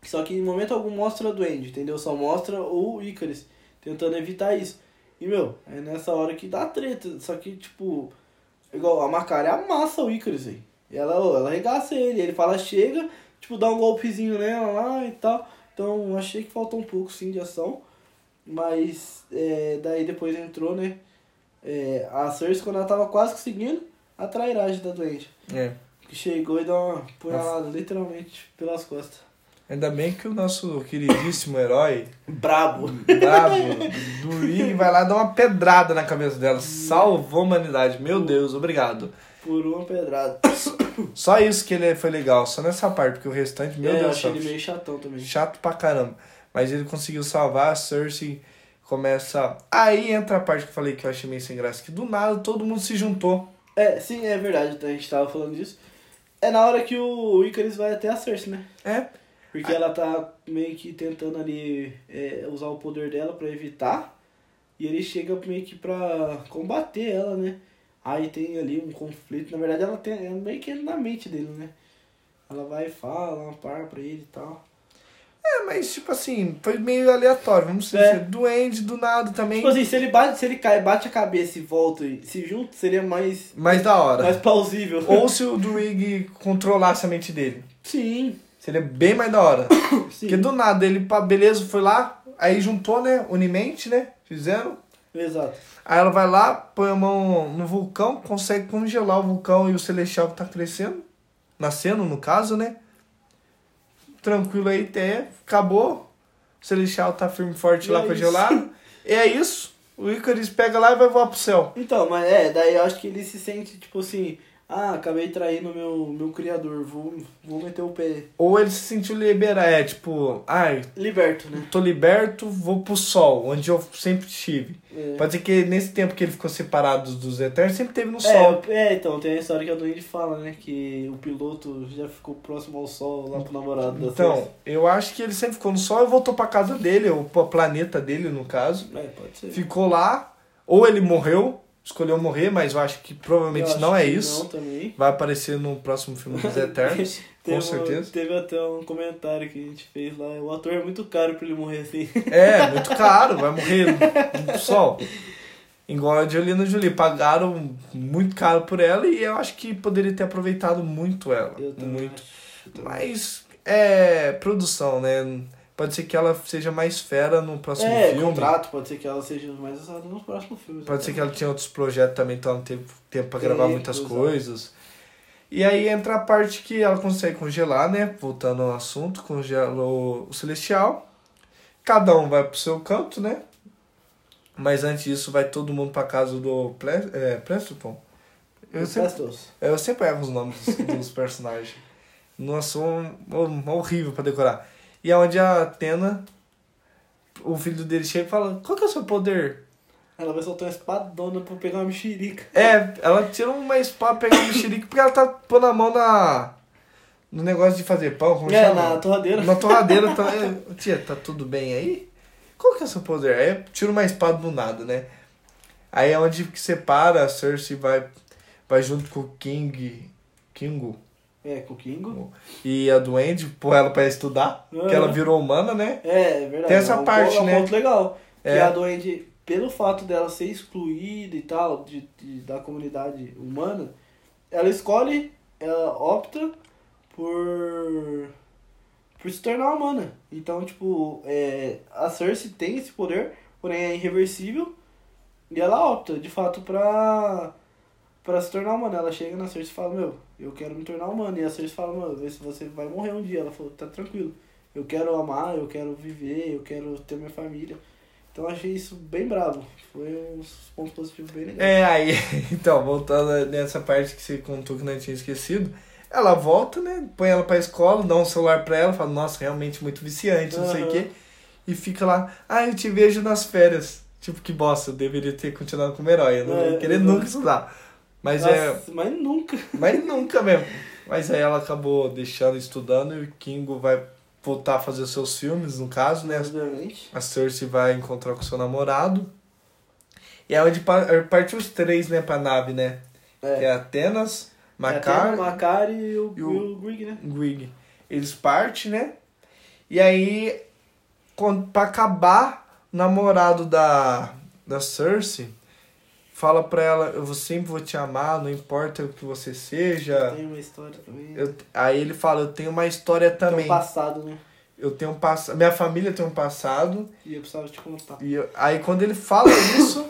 S2: Só que em momento algum mostra a Duende, entendeu? Só mostra o Icarus tentando evitar isso. E, meu, é nessa hora que dá treta. Só que, tipo, igual a Macari amassa o Icarus, aí. E ela, ó, ela arregaça ele. Ele fala, chega, tipo, dá um golpezinho nela lá e tal. Então, achei que faltou um pouco, sim, de ação. Mas, é, daí depois entrou, né? É, a Cersei, quando ela tava quase conseguindo, a trairagem da doente.
S1: É.
S2: Que chegou e deu uma punhalada, literalmente, pelas costas.
S1: Ainda bem que o nosso queridíssimo herói,
S2: Brabo.
S1: brabo, durinho, vai lá dar uma pedrada na cabeça dela. Salvou a humanidade. Meu Deus, obrigado.
S2: Por uma pedrada.
S1: Só isso que ele foi legal, só nessa parte, porque o restante, meu
S2: é, eu
S1: Deus do
S2: achei
S1: céu,
S2: ele meio chatão também.
S1: chato pra caramba. Mas ele conseguiu salvar a Cersei, Começa. Aí entra a parte que eu falei que eu achei meio sem graça, que do nada todo mundo se juntou.
S2: É, sim, é verdade, a gente tava falando disso. É na hora que o Icarus vai até a Cersei, né?
S1: É.
S2: Porque ela tá meio que tentando ali é, usar o poder dela pra evitar. E ele chega meio que pra combater ela, né? Aí tem ali um conflito. Na verdade, ela tem é meio que na mente dele, né? Ela vai e fala, uma par pra ele e tal.
S1: É, mas tipo assim, foi meio aleatório, vamos dizer,
S2: É.
S1: assim, doente do nada também.
S2: Tipo assim, se ele bate, se ele cai, bate a cabeça e volta e se junta, seria mais,
S1: Mas da hora.
S2: mais plausível.
S1: Ou se o Druig controlasse a mente dele.
S2: Sim,
S1: Seria bem mais da hora.
S2: sim.
S1: Porque do nada ele, pá, beleza, foi lá, aí juntou, né? Unimente, né? Fizeram.
S2: Exato.
S1: Aí ela vai lá, põe a mão no vulcão, consegue congelar o vulcão e o celestial que tá crescendo. Nascendo, no caso, né? Tranquilo aí, até. Acabou. O celestial tá firme e forte
S2: E
S1: lá
S2: é
S1: congelado. E é isso. O Icarus pega lá e vai voar pro céu.
S2: Então, mas é, daí eu acho que ele se sente tipo assim, ah, acabei traindo meu, meu criador, vou, vou meter o pé.
S1: Ou ele se sentiu liberar. É tipo, ai,
S2: Liberto, né?
S1: tô liberto, vou pro sol, onde eu sempre estive.
S2: É.
S1: Pode ser que nesse tempo que ele ficou separado dos Eternos, sempre teve no sol.
S2: É, é, então, tem a história que a Duende fala, né? Que o piloto já ficou próximo ao sol lá pro namorado da
S1: Então, eu acho que ele sempre ficou no sol e voltou pra casa dele, ou pro planeta dele, no caso.
S2: Cersei. É, pode ser.
S1: Ficou lá, ou ele morreu, escolheu morrer, mas eu acho que
S2: Eu
S1: provavelmente
S2: acho
S1: não é
S2: que
S1: isso.
S2: Não, também.
S1: Vai aparecer no próximo filme dos Eternos,
S2: Teve
S1: com
S2: um-
S1: certeza.
S2: teve até um comentário que a gente fez lá. O ator é muito caro pra ele morrer assim.
S1: É, muito caro, vai morrer no sol. Igual a Angelina Jolie, pagaram muito caro por ela e eu acho que poderia ter aproveitado muito ela.
S2: Eu também.
S1: muito.
S2: acho.
S1: Mas é produção, né? Pode ser que ela seja mais fera no próximo
S2: É,
S1: filme.
S2: contrato, pode ser que ela seja mais usada nos próximos filmes. né?
S1: Pode ser que ela tinha outros projetos também, então ela não teve tempo pra gravar
S2: Tempo,
S1: muitas
S2: exato.
S1: coisas. E aí entra a parte que ela consegue congelar, né? Voltando ao assunto, congelou o Celestial. Cada um vai pro seu canto, né? Mas antes disso, vai todo mundo pra casa do Ple é, Preston. Eu
S2: Os
S1: sempre
S2: Bastos.
S1: eu sempre erro os nomes dos, dos personagens. Nossa, um, um- horrível pra decorar. E é onde a Atena, o filho dele chega e fala, qual que é o seu poder?
S2: Ela vai soltar uma espadona pra pegar uma mexerica.
S1: É, ela tira uma espada pegando o mexerique porque ela tá pondo a mão na... No negócio de fazer pão, como
S2: É,
S1: chama?
S2: na torradeira.
S1: Na torradeira. Tá, é, Tia, tá tudo bem aí? Qual que é o seu poder? Aí tira uma espada do nada, né? Aí é onde que separa, a Cersei vai, vai junto com o King... Kingo?
S2: É, com o Kingo.
S1: e a Duende pôr ela pra estudar,
S2: Uhum.
S1: que ela virou humana, né?
S2: É, é verdade.
S1: Tem essa
S2: É um
S1: parte,
S2: ponto- é um
S1: né?
S2: ponto legal.
S1: É.
S2: Que a Duende, pelo fato dela ser excluída e tal, de, de- da comunidade humana, ela escolhe, ela opta por. por se tornar humana. Então, tipo, é, a Cersei tem esse poder, porém é irreversível. E ela opta, de fato, pra. Pra se tornar humana, ela chega na Cersei e fala, meu, eu quero me tornar humana. E a Cersei fala, meu, vê se você vai morrer um dia. Ela falou, tá tranquilo. Eu quero amar, eu quero viver, eu quero ter minha família. Então eu achei isso bem bravo. Foi uns pontos positivos bem legais.
S1: É, aí, então, voltando nessa parte que você contou que não tinha esquecido, ela volta, né? Põe ela pra escola, dá um celular pra ela, fala, nossa, realmente muito viciante, não sei o
S2: Aham.
S1: quê. E fica lá, ah, eu te vejo nas férias. Tipo, que bosta, eu deveria ter continuado como herói, eu não
S2: É,
S1: ia querer
S2: exato.
S1: nunca estudar. Mas é.
S2: Nossa, mas nunca.
S1: Mas nunca mesmo. Mas aí ela acabou deixando estudando e o Kingo vai voltar a fazer os seus filmes, no caso, né?
S2: Obviamente.
S1: A Cersei vai encontrar com seu namorado. E é onde pa- parte os três, né, pra nave, né? Que
S2: É.
S1: é Atenas,
S2: Até o
S1: Macar
S2: Macar e o,
S1: e
S2: e
S1: o-
S2: o Grig, né?
S1: e Grig. Eles partem, né? E aí, quando, pra acabar, o namorado da, da Cersei fala pra ela, eu sempre vou te amar, não importa o que você seja.
S2: Tem uma história também.
S1: Eu- aí ele fala, eu tenho uma história
S2: Tem
S1: também.
S2: um passado, né?
S1: Eu tenho um passado. Minha família tem um passado.
S2: E eu precisava te contar.
S1: E eu- aí quando ele fala isso,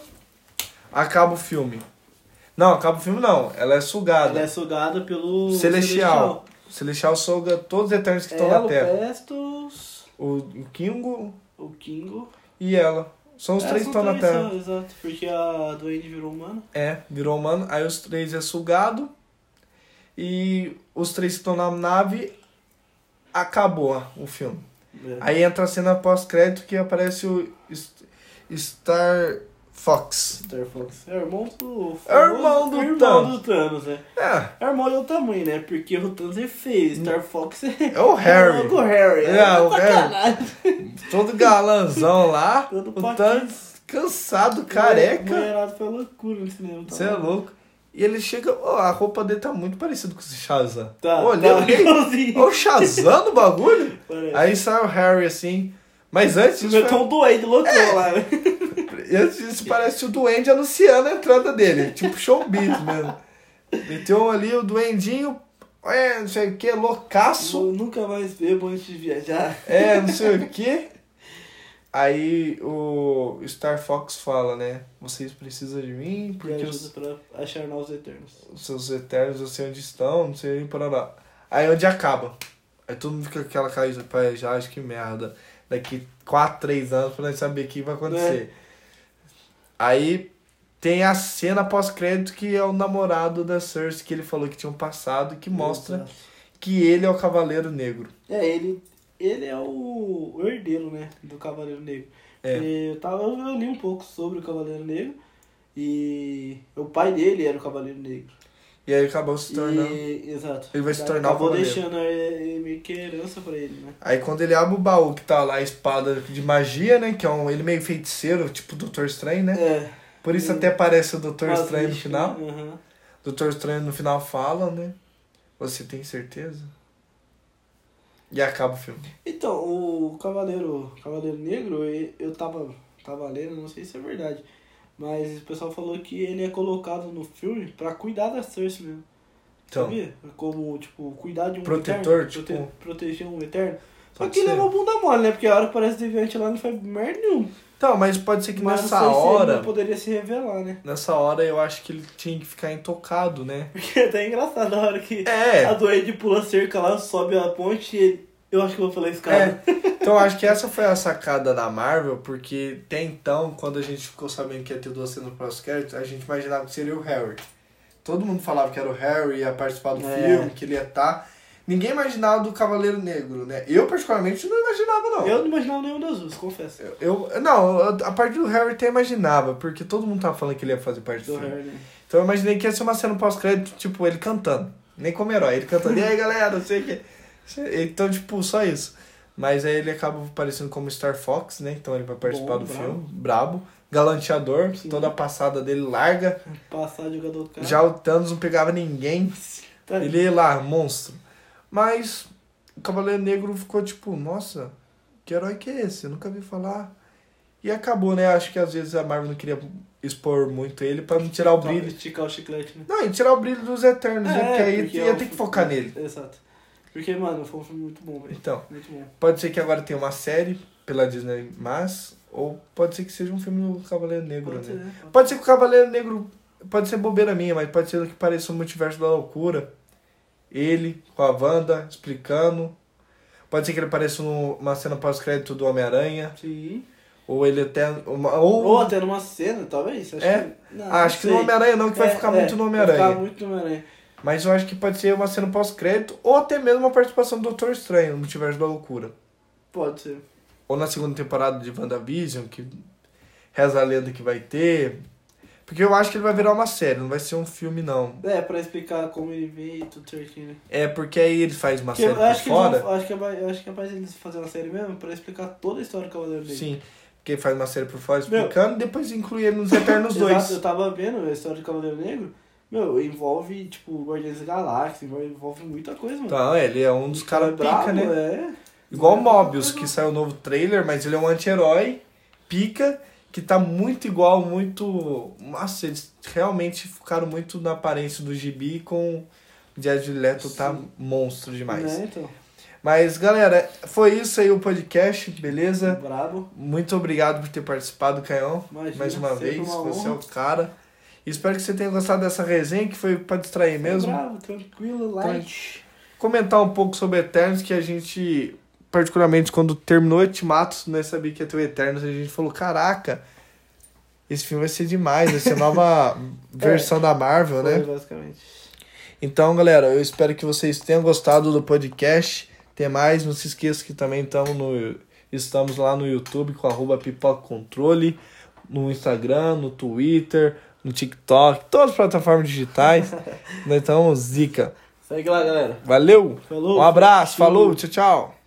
S1: acaba o filme. Não, acaba o filme não. Ela é sugada.
S2: Ela é sugada pelo
S1: Celestial. O Celestial suga todos os Eternos que
S2: Celestial.
S1: estão
S2: Ela,
S1: na
S2: o
S1: Terra.
S2: Pestos,
S1: O, o Kingo
S2: o Kingo.
S1: e ela. São os
S2: É,
S1: três que
S2: são
S1: estão na
S2: três,
S1: Terra.
S2: só, Exato, porque a Duende virou humana.
S1: É, virou humano. Aí os três é sugado. E os três que estão na nave, acabou o filme.
S2: É.
S1: Aí entra a cena pós-crédito que aparece o Star Fox.
S2: Star Fox. É o irmão do.
S1: É o irmão do
S2: irmão
S1: Thanos.
S2: do Thanos, é.
S1: É,
S2: É o irmão do tamanho, né? Porque o Thanos é feio. Star Fox é.
S1: é o Harry.
S2: o Harry.
S1: É, o
S2: sacanagem.
S1: Todo galanzão lá.
S2: Todo
S1: o
S2: patinho.
S1: Thanos cansado, careca.
S2: é Mulherado foi loucura no cinema. tá
S1: Você é
S2: bom?
S1: louco. E ele chega, ó, a roupa dele tá muito parecida com o Shazam.
S2: Tá,
S1: Olhei,
S2: tá,
S1: olhei.
S2: igualzinho.
S1: Ó, o Shazam no bagulho.
S2: Parece.
S1: Aí sai o Harry assim. Mas antes
S2: Você
S1: disso,
S2: meteu um duende loucão
S1: É.
S2: lá, né?
S1: antes disso, parece o Duende anunciando a entrada dele. Tipo showbiz mesmo. Meteu um ali o Duendinho, é, não sei o que, loucaço.
S2: Eu nunca mais bebo antes de viajar.
S1: É, não sei o que. Aí o Star Fox fala, né? Vocês precisam de mim
S2: Me
S1: porque os,
S2: ajuda pra achar novos eternos.
S1: os seus eternos, eu sei onde estão, não sei nem para lá. Aí é onde acaba. Aí todo mundo fica com aquela cara de pai, já acho que merda. Daqui 4, 3 anos pra nós saber o que vai
S2: É.
S1: acontecer. Aí tem a cena pós-crédito que é o namorado da Cersei que ele falou que tinha um passado que mostra que ele é o Cavaleiro Negro.
S2: É, ele, ele é o o herdeiro, né? Do Cavaleiro Negro.
S1: É.
S2: E Eu, tava, eu li um pouco sobre o Cavaleiro Negro. E o pai dele era o Cavaleiro Negro.
S1: E aí acabou se tornando.
S2: E, exato.
S1: Ele vai se tornar o
S2: Acabou
S1: Cavaleiro.
S2: deixando é, é, meio que herança pra ele, né?
S1: Aí quando ele abre o baú que tá lá a espada de magia, né? Que é um. Ele meio feiticeiro, tipo o Doutor Estranho, né?
S2: É.
S1: Por isso
S2: Hum.
S1: até parece o Doutor
S2: mas
S1: Estranho no
S2: deixa-
S1: final.
S2: Aham.
S1: Doutor Estranho no final fala, né? Você tem certeza? E acaba o filme.
S2: Então, o Cavaleiro, Cavaleiro Negro, e- eu tava, tava lendo, não sei se é verdade, mas o pessoal falou que ele é colocado no filme pra cuidar da Cersei mesmo,
S1: Então,
S2: sabia? Como, tipo, cuidar de um
S1: Protetor,
S2: eterno, prote-
S1: tipo-
S2: proteger um eterno. Só
S1: pode
S2: que ele é
S1: ser.
S2: uma bunda mole, né? Porque a hora que parece deviante lá não faz merda nenhuma.
S1: então, mas pode ser que
S2: Mas
S1: nessa
S2: a Cersei
S1: hora.
S2: não poderia se revelar, né?
S1: Nessa hora eu acho que ele tinha que ficar intocado, né?
S2: Porque é até engraçado a hora que a
S1: É.
S2: Duende pula a cerca lá, sobe a ponte e ele... Eu acho que eu vou falar isso, cara.
S1: é. Então eu acho que essa foi a sacada da Marvel, porque até então, quando a gente ficou sabendo que ia ter duas cenas no pós-crédito, a gente imaginava que seria o Harry. Todo mundo falava que era o Harry, ia participar do
S2: É.
S1: filme, que ele ia estar. Ninguém imaginava do Cavaleiro Negro, né? Eu, particularmente, não imaginava, não.
S2: Eu não imaginava nenhum das duas, confesso.
S1: então. Eu, eu- não, eu- a parte do Harry até imaginava, porque todo mundo tava falando que ele ia fazer parte do,
S2: Do
S1: filme.
S2: Harry, né?
S1: Então eu imaginei que ia ser uma cena pós-crédito, tipo, ele cantando. Nem como herói, ele cantando. E aí, galera, não sei o que. Então, tipo, só isso. Mas aí ele acaba aparecendo como Star Fox, né? Então ele vai participar
S2: Bom,
S1: do
S2: brabo.
S1: filme. Brabo. Galanteador,
S2: Sim.
S1: toda a passada dele larga.
S2: Passar jogador cara.
S1: Já o Thanos não pegava ninguém.
S2: Tá,
S1: Ele é lá, monstro. Mas o Cavaleiro Negro ficou tipo, nossa, que herói que é esse? Eu nunca vi falar. E acabou, né? Acho que às vezes a Marvel não queria expor muito ele pra não tirar o
S2: tá,
S1: brilho.
S2: Esticar o chiclete, né?
S1: Não, e tirar o brilho dos Eternos, né? Porque aí
S2: porque
S1: ia
S2: é um
S1: ter que
S2: filme-
S1: focar nele.
S2: Exato. Porque, mano, foi um filme muito bom, velho.
S1: Então,
S2: Muito bom.
S1: pode ser que agora tenha uma série pela Disney, mas. Ou pode ser que seja um filme do Cavaleiro Negro,
S2: Pode
S1: né?
S2: ser, né?
S1: Pode ser que o Cavaleiro Negro. Pode ser bobeira minha, mas pode ser que pareça o multiverso da loucura. Ele com a Wanda explicando. Pode ser que ele pareça numa cena pós-crédito do Homem-Aranha.
S2: Sim.
S1: Ou ele até. Uma,
S2: Ou,
S1: ou.
S2: até numa cena, talvez. Acho
S1: É.
S2: que, não, É,
S1: Ah, acho que no Homem-Aranha não, que vai ficar muito no Homem-Aranha.
S2: Vai ficar muito no Homem-Aranha.
S1: Mas eu acho que pode ser uma cena pós-crédito ou até mesmo uma participação do Doutor Estranho no Multiverso da Loucura.
S2: Pode ser.
S1: Ou na segunda temporada de WandaVision, que reza a lenda que vai ter. Porque eu acho que ele vai virar uma série, não vai ser um filme, não.
S2: É, pra explicar como ele veio e tudo certinho, né?
S1: É porque aí ele faz uma
S2: Porque
S1: série
S2: eu
S1: por
S2: acho que, eles
S1: fora.
S2: vão, acho, que é, mais- acho que é mais eles fazer uma série mesmo pra explicar toda a história do Cavaleiro Negro.
S1: Sim. Porque faz uma série por fora
S2: Meu.
S1: explicando e depois inclui ele nos Eternos
S2: Exato,
S1: 2.
S2: eu tava vendo a história do Cavaleiro Negro. Meu, envolve, tipo, Guardiões da Galáxia, envolve- envolve muita coisa, mano.
S1: Então, é, ele é um dos caras pica,
S2: brabo,
S1: né?
S2: É.
S1: Igual o Mobius, que saiu o novo trailer, mas ele é um anti-herói, pica, que tá muito igual, muito. Nossa, eles realmente ficaram muito na aparência do gibi com. o Jared Leto tá
S2: Sim.
S1: monstro demais.
S2: Né, então.
S1: Mas, galera, foi isso aí o podcast, beleza?
S2: É Brabo.
S1: Muito obrigado por ter participado, Caião.
S2: Imagina,
S1: mais uma
S2: sempre
S1: vez,
S2: uma
S1: você é
S2: honra.
S1: o cara. Espero que você tenha gostado dessa resenha, que foi pra distrair mesmo.
S2: Bravo, É tranquilo, light.
S1: comentar um pouco sobre Eternos, que a gente, particularmente quando terminou Ultimatos, nós sabia que ia ter o Eternos, a gente falou, caraca, esse filme vai ser demais, vai ser a nova
S2: É.
S1: versão da Marvel, né?
S2: Foi, basicamente.
S1: Então, galera, eu espero que vocês tenham gostado do podcast. Até mais, não se esqueça que também estamos no Estamos lá no YouTube com arroba Pipoca Controle, no Instagram, no Twitter, no TikTok, todas as plataformas digitais. Nós estamos zica.
S2: Segue lá, galera.
S1: Valeu!
S2: Falou.
S1: um abraço,
S2: falou.
S1: falou, tchau, tchau!